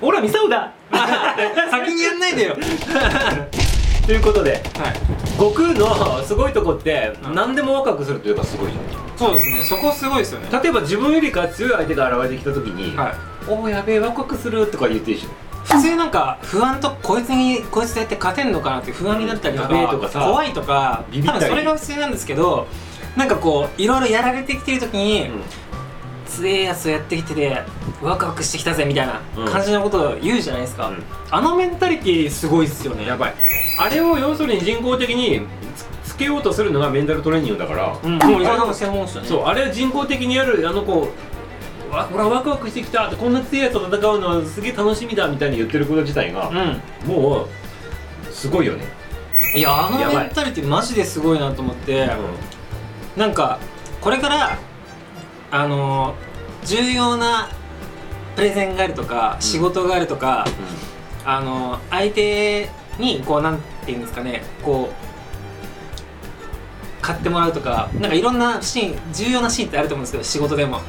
ほらミサオだ先にやんないでよということではい悟空のすごいとこって何でも若くするというかすごいじゃんそうですねそこすごいですよね例えば自分よりか強い相手が現れてきた時に「はいおおやべえ若くする」とか言っていいでしょ普通なんか不安とこいつにこいつとやって勝てんのかなって不安になったりとやべえかとかさ怖いとかビビったり多分それが普通なんですけどなんかこういろいろやられてきてる時に、強えやつをやってきててワクワクしてきたぜみたいなうん感じのことを言うじゃないですか、うんあのメンタリティすごいっすよねやばいあれを要するに人工的につつけようとするのがメンタルトレーニングだから、うん、もうあ今れの専門っすよねそううあれは人工的にやるあの子わ俺はワクワクしてきたってこんな強いやつと戦うのはすげえ楽しみだみたいに言ってること自体が、んもうすごいよね、いやあのやばいメンタリティマジですごいなと思ってなんかこれからあのー重要なプレゼンがあるとか仕事があるとか、あの相手にこうなんていうんですかねこう買ってもらうとかなんかいろんなシーン重要なシーンってあると思うんですけど仕事でも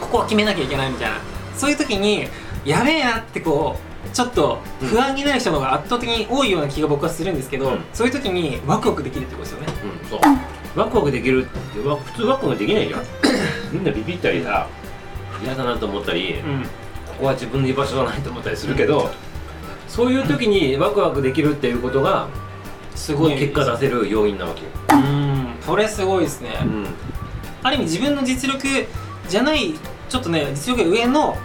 ここは決めなきゃいけないみたいなそういう時にやべえなってこうちょっと不安になる人の方が圧倒的に多いような気が僕はするんですけど、うんそういう時にワクワクできるってことですよねうんそうワクワクできるってわ普通ワクワクでき ないじゃんみんなビビったりさ嫌だなと思ったり、んここは自分の居場所がないと思ったりするけど、そういう時にワクワクできるっていうことがすごい結果出せる要因なわけよ、うんそれすごいですね、うんある意味自分の実力じゃないちょっとね実力より上の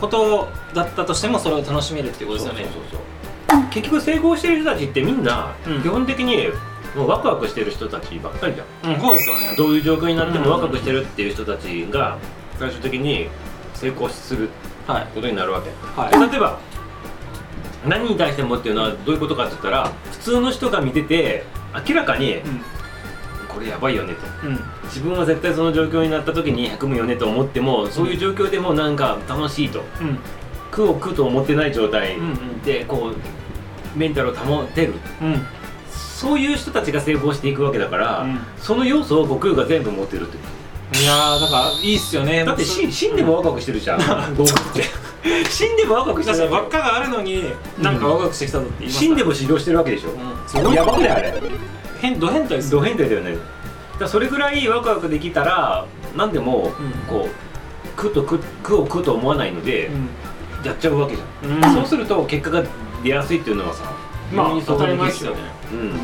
ことだったとしてもそれを楽しめるっていうことですよねそうそうそうそう結局成功してる人たちってみんなうん基本的にもうワクワクしてる人たちばっかりじゃん、うんそうですよねどういう状況になってうもんワクワクしてるっていう人たちが最終的に成功するはいことになるわけ、はで例えば何に対してもっていうのはどういうことかって言ったら普通の人が見てて明らかにいうんこれやばいよねとうん自分は絶対その状況になった時に100むよねと思ってもそういう状況でもなんか楽しいとうん苦を苦と思ってない状態うんうんでこうメンタルを保てるうんそういう人たちが成功していくわけだから、うんその要素を悟空が全部持ってるっていやーだからいいっすよねだってし死死んでもワクワクしてるじゃん悟空って死んでもワクワクして確かるに輪っかがあるのになんかワクワクしてきたぞって言います死んでも修行してるわけでしょ、うんそれやばくないあれ変ド変態ですド変態だよねだからそれぐらいワクワクできたら何でもうんこう苦と苦苦を苦と思わないので、うんやっちゃうわけじゃんうんそうすると結果が出やすいっていうのはさま非常あにそ当こたにり前ですよねうん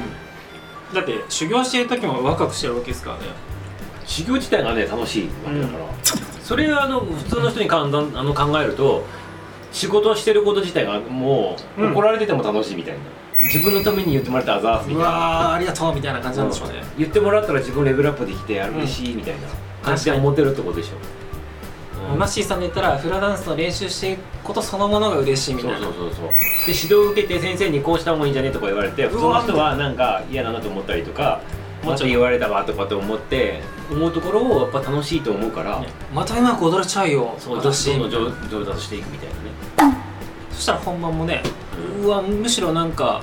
だって修行してる時もワクワクしてるわけですからね修行自体がね楽しいわけだから、それはあの普通の人にかんだんあの考えると仕事をしてること自体がもううん怒られてても楽しいみたいな、自分のために言ってもらったらあざーすみうたいなわーありがとうみたいな感じなんでしょうね言ってもらったら自分レベルアップできてあれ嬉しいみたいな感じで思ってるってことでしょ、うんマッシーさんで言ったらフラダンスの練習していくことそのものが嬉しいみたいそうなそうそうそうで指導を受けて先生にこうした方がいいんじゃねとか言われて普通の人はなんか嫌だなと思ったりとかもうちょっと言われたわとかと思って思うところをやっぱ楽しいと思うから、またうまく踊れちゃうよそうどん私どん上上達していくみたいなねそしたら本番もねううわむしろなんか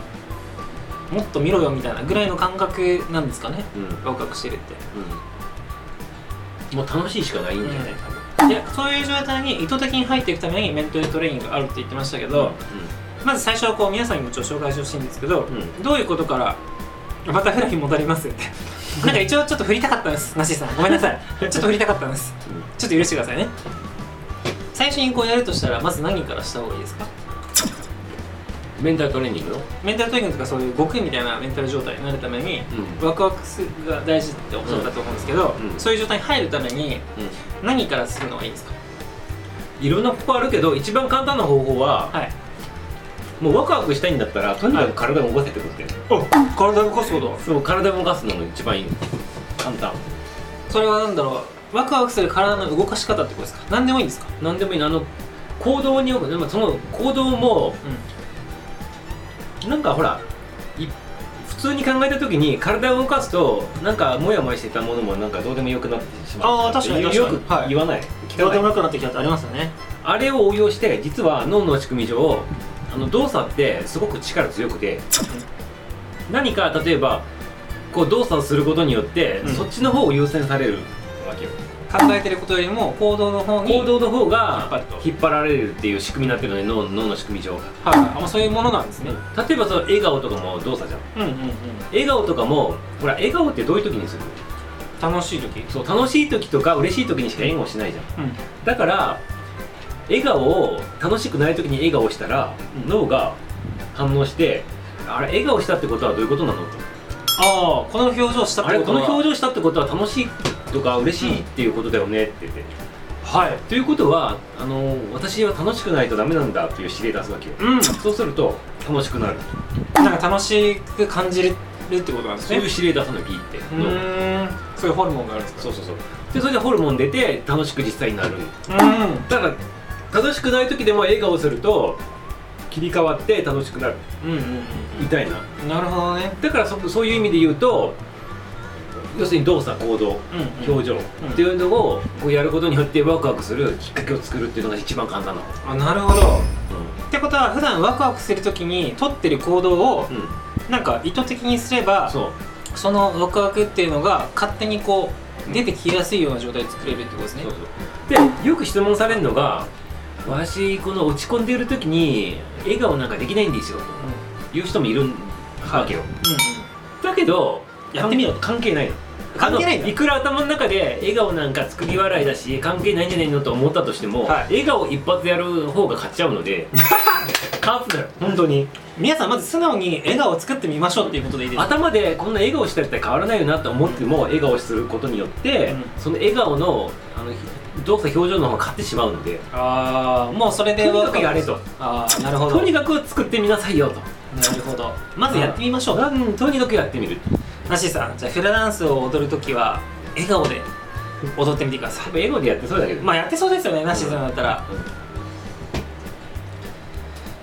もっと見ろよみたいなぐらいの感覚なんですかねうん、合格してるってうん、もう楽しいしかないんじゃない、うん多分でそういう状態に意図的に入っていくためにメンタルトレーニングがあるって言ってましたけど、まず最初はこう皆さんにもちょっと紹介してほしいんですけど、うんどういうことからまたフラに戻りますって なんか一応ちょっと振りたかったんですナシーさんごめんなさいちょっと振りたかったんですうんちょっと許してくださいね最初にこうやるとしたらまず何からした方がいいですかうんメンタルトレーニングのメンタルトレーニングとかそういう悟空みたいなメンタル状態になるために、うんワクワクすが大事っておっしゃったと思うんですけど、うんうんそういう状態に入るために何からするのがいいですかいろんな方法あるけど一番簡単な方法は、はいもうワクワクしたいんだったらとにかく体を動かせってことだよね、体を動かすことそう体を動かすのが一番いい簡単それは何だろうワクワクする体の動かし方ってことですか何でもいいんですか何でもいいのあの行動によくでもその行動もなんかほらい普通に考えた時に体を動かすとなんかモヤモヤしてたものもなんかどうでもよくなってしまうあー確かによ確かによく言わない、聞かないなくなってきたってありますよねあれを応用して実は脳の仕組み上あの動作ってすごく力強くて何か例えばこう動作をすることによって、うんそっちの方を優先されるわけよ考えてることよりも行動の方に行動の方引っ張がると引っ張られるっていう仕組みになってるのね脳脳の仕組み上はいあまあそういうものなんですね例えばその笑顔とかも動作じゃんうんうんうん笑顔とかもほら笑顔ってどういう時にする楽しい時そう楽しい時とか嬉しい時にしか笑顔しないじゃんうんだから笑顔を楽しくない時に笑顔をしたら脳が反応してあれ笑顔したってことはどういうことなのとああこの表情したっあてれこことはの表情したってことは楽しいとか嬉しいっていうことだよねって言って、はいということはあの私は楽しくないとダメなんだっていう指令出すわけようんそうすると楽しくなるなんか楽しく感じるってことなんですそういうね指令出さなきゃいいってうーんそういうホルモンがあるんですかそうそうそうでそれでホルモン出て楽しく実際になるうーんだから楽しくない時でも笑顔すると切り替わって楽しくなるうんうんみたいなうんなるほどねだからそそういう意味で言うと要するに動作行動うん表情っうんていうのをこうやることによってワクワクするきっかけを作るっていうのが一番簡単なの、あなるほどってことは普段ワクワクするときに取ってる行動をうんなんか意図的にすればそうそのワクワクっていうのが勝手にこう出てきやすいような状態で作れるってことですねそうそうでよく質問されるのが「私この落ち込んでいる時に笑顔なんかできないんですよ」と言う人もいるわけよ、うんうんだけどやってみろ関係ないの関係ないあののいくら頭の中で笑顔なんか作り笑いだし関係ないんじゃないのと思ったとしても、はい笑顔一発やる方が勝っちゃうの で勝つのよ本当に皆さんまず素直に笑顔を作ってみましょうっていうことでいいですか頭でこんな笑顔したりって変わらないよなと思っても笑顔をすることによって、うその笑顔のあの動作表情の方が勝ってしまうのでああもうそれでとにワかクくやワクれとああなるほ どとにかく作ってみなさいよとなるほどまずやってみましょううんとにかくやってみるなしさんじゃあフラダンスを踊るときは笑顔で踊ってみてくださ多分笑顔でやってそうだけど、いまあやってそうですよねなしさんだったら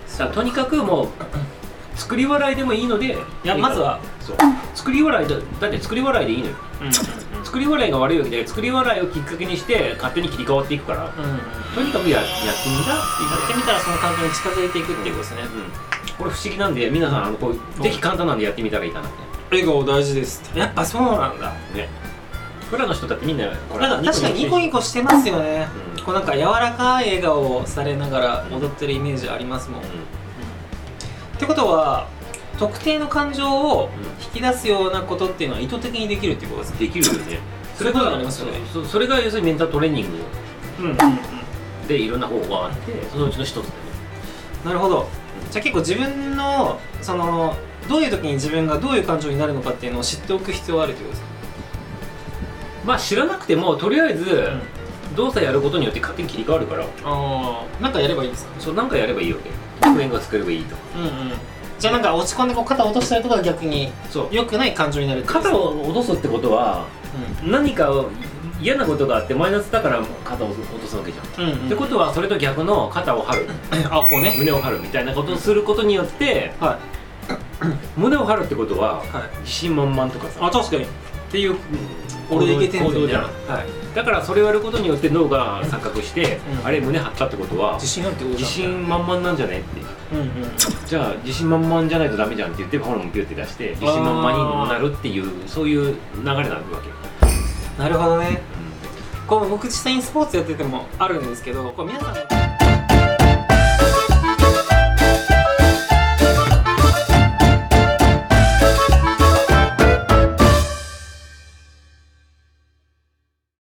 さあとにかくもう作り笑いでもいいのでいやまずはそう作り笑いだだって作り笑いでいいのようん作り笑いが悪いわけで作り笑いをきっかけにして勝手に切り替わっていくからうんうんやとにかくややってみたっていうってみたらその感覚に近づいていくっていうことですねこれ不思議なんで皆さんあのこうぜひ簡単なんでやってみたらいいかなっ笑顔大事ですやっぱそうなんだてねプラの人だってみんなこれなんか確かにニコニコしてますよねうんこうなんか柔らかい笑顔をされながら踊ってるイメージありますもんってことは特定の感情を引き出すようなことっていうのは意図的にできるっていうことですうんできるよねそういうことになりますよねそそれが要するにメンタルトレーニングうんうんうんでいろんな方法があってそのうちの一つだよねなるほどじゃあ結構自分のそのどういう時に自分がどういう感情になるのかっていうのを知っておく必要があるってことですか、まあ知らなくてもとりあえず動作やることによって勝手に切り替わるからああなんかやればいいんですかそうなんかやればいいよね表現が作ればいいとうんうんじゃあなんか落ち込んでこう肩を落としたりとかが逆にそう良くない感情になるってことです肩かを落とすってことは何かを嫌なことがあってマイナスだから肩を落とすわけじゃん、うんうんってことはそれと逆の肩を張るあこうね胸を張るみたいなことをすることによっては胸を張るってことはいはい自信満々とかさあ確かにっていう俺いけてん行動ぜじゃんはいだからそれをやることによって脳が錯覚して、うんあれ胸張ったってことは自信あるってことだ自信満々なんじゃねってうん うんじゃあ自信満々じゃないとダメじゃんって言ってホルモンピュって出して自信満々になるっていうそういう流れなわけよ、なるほどねこう僕実際にスポーツやっててもあるんですけどこう皆さんが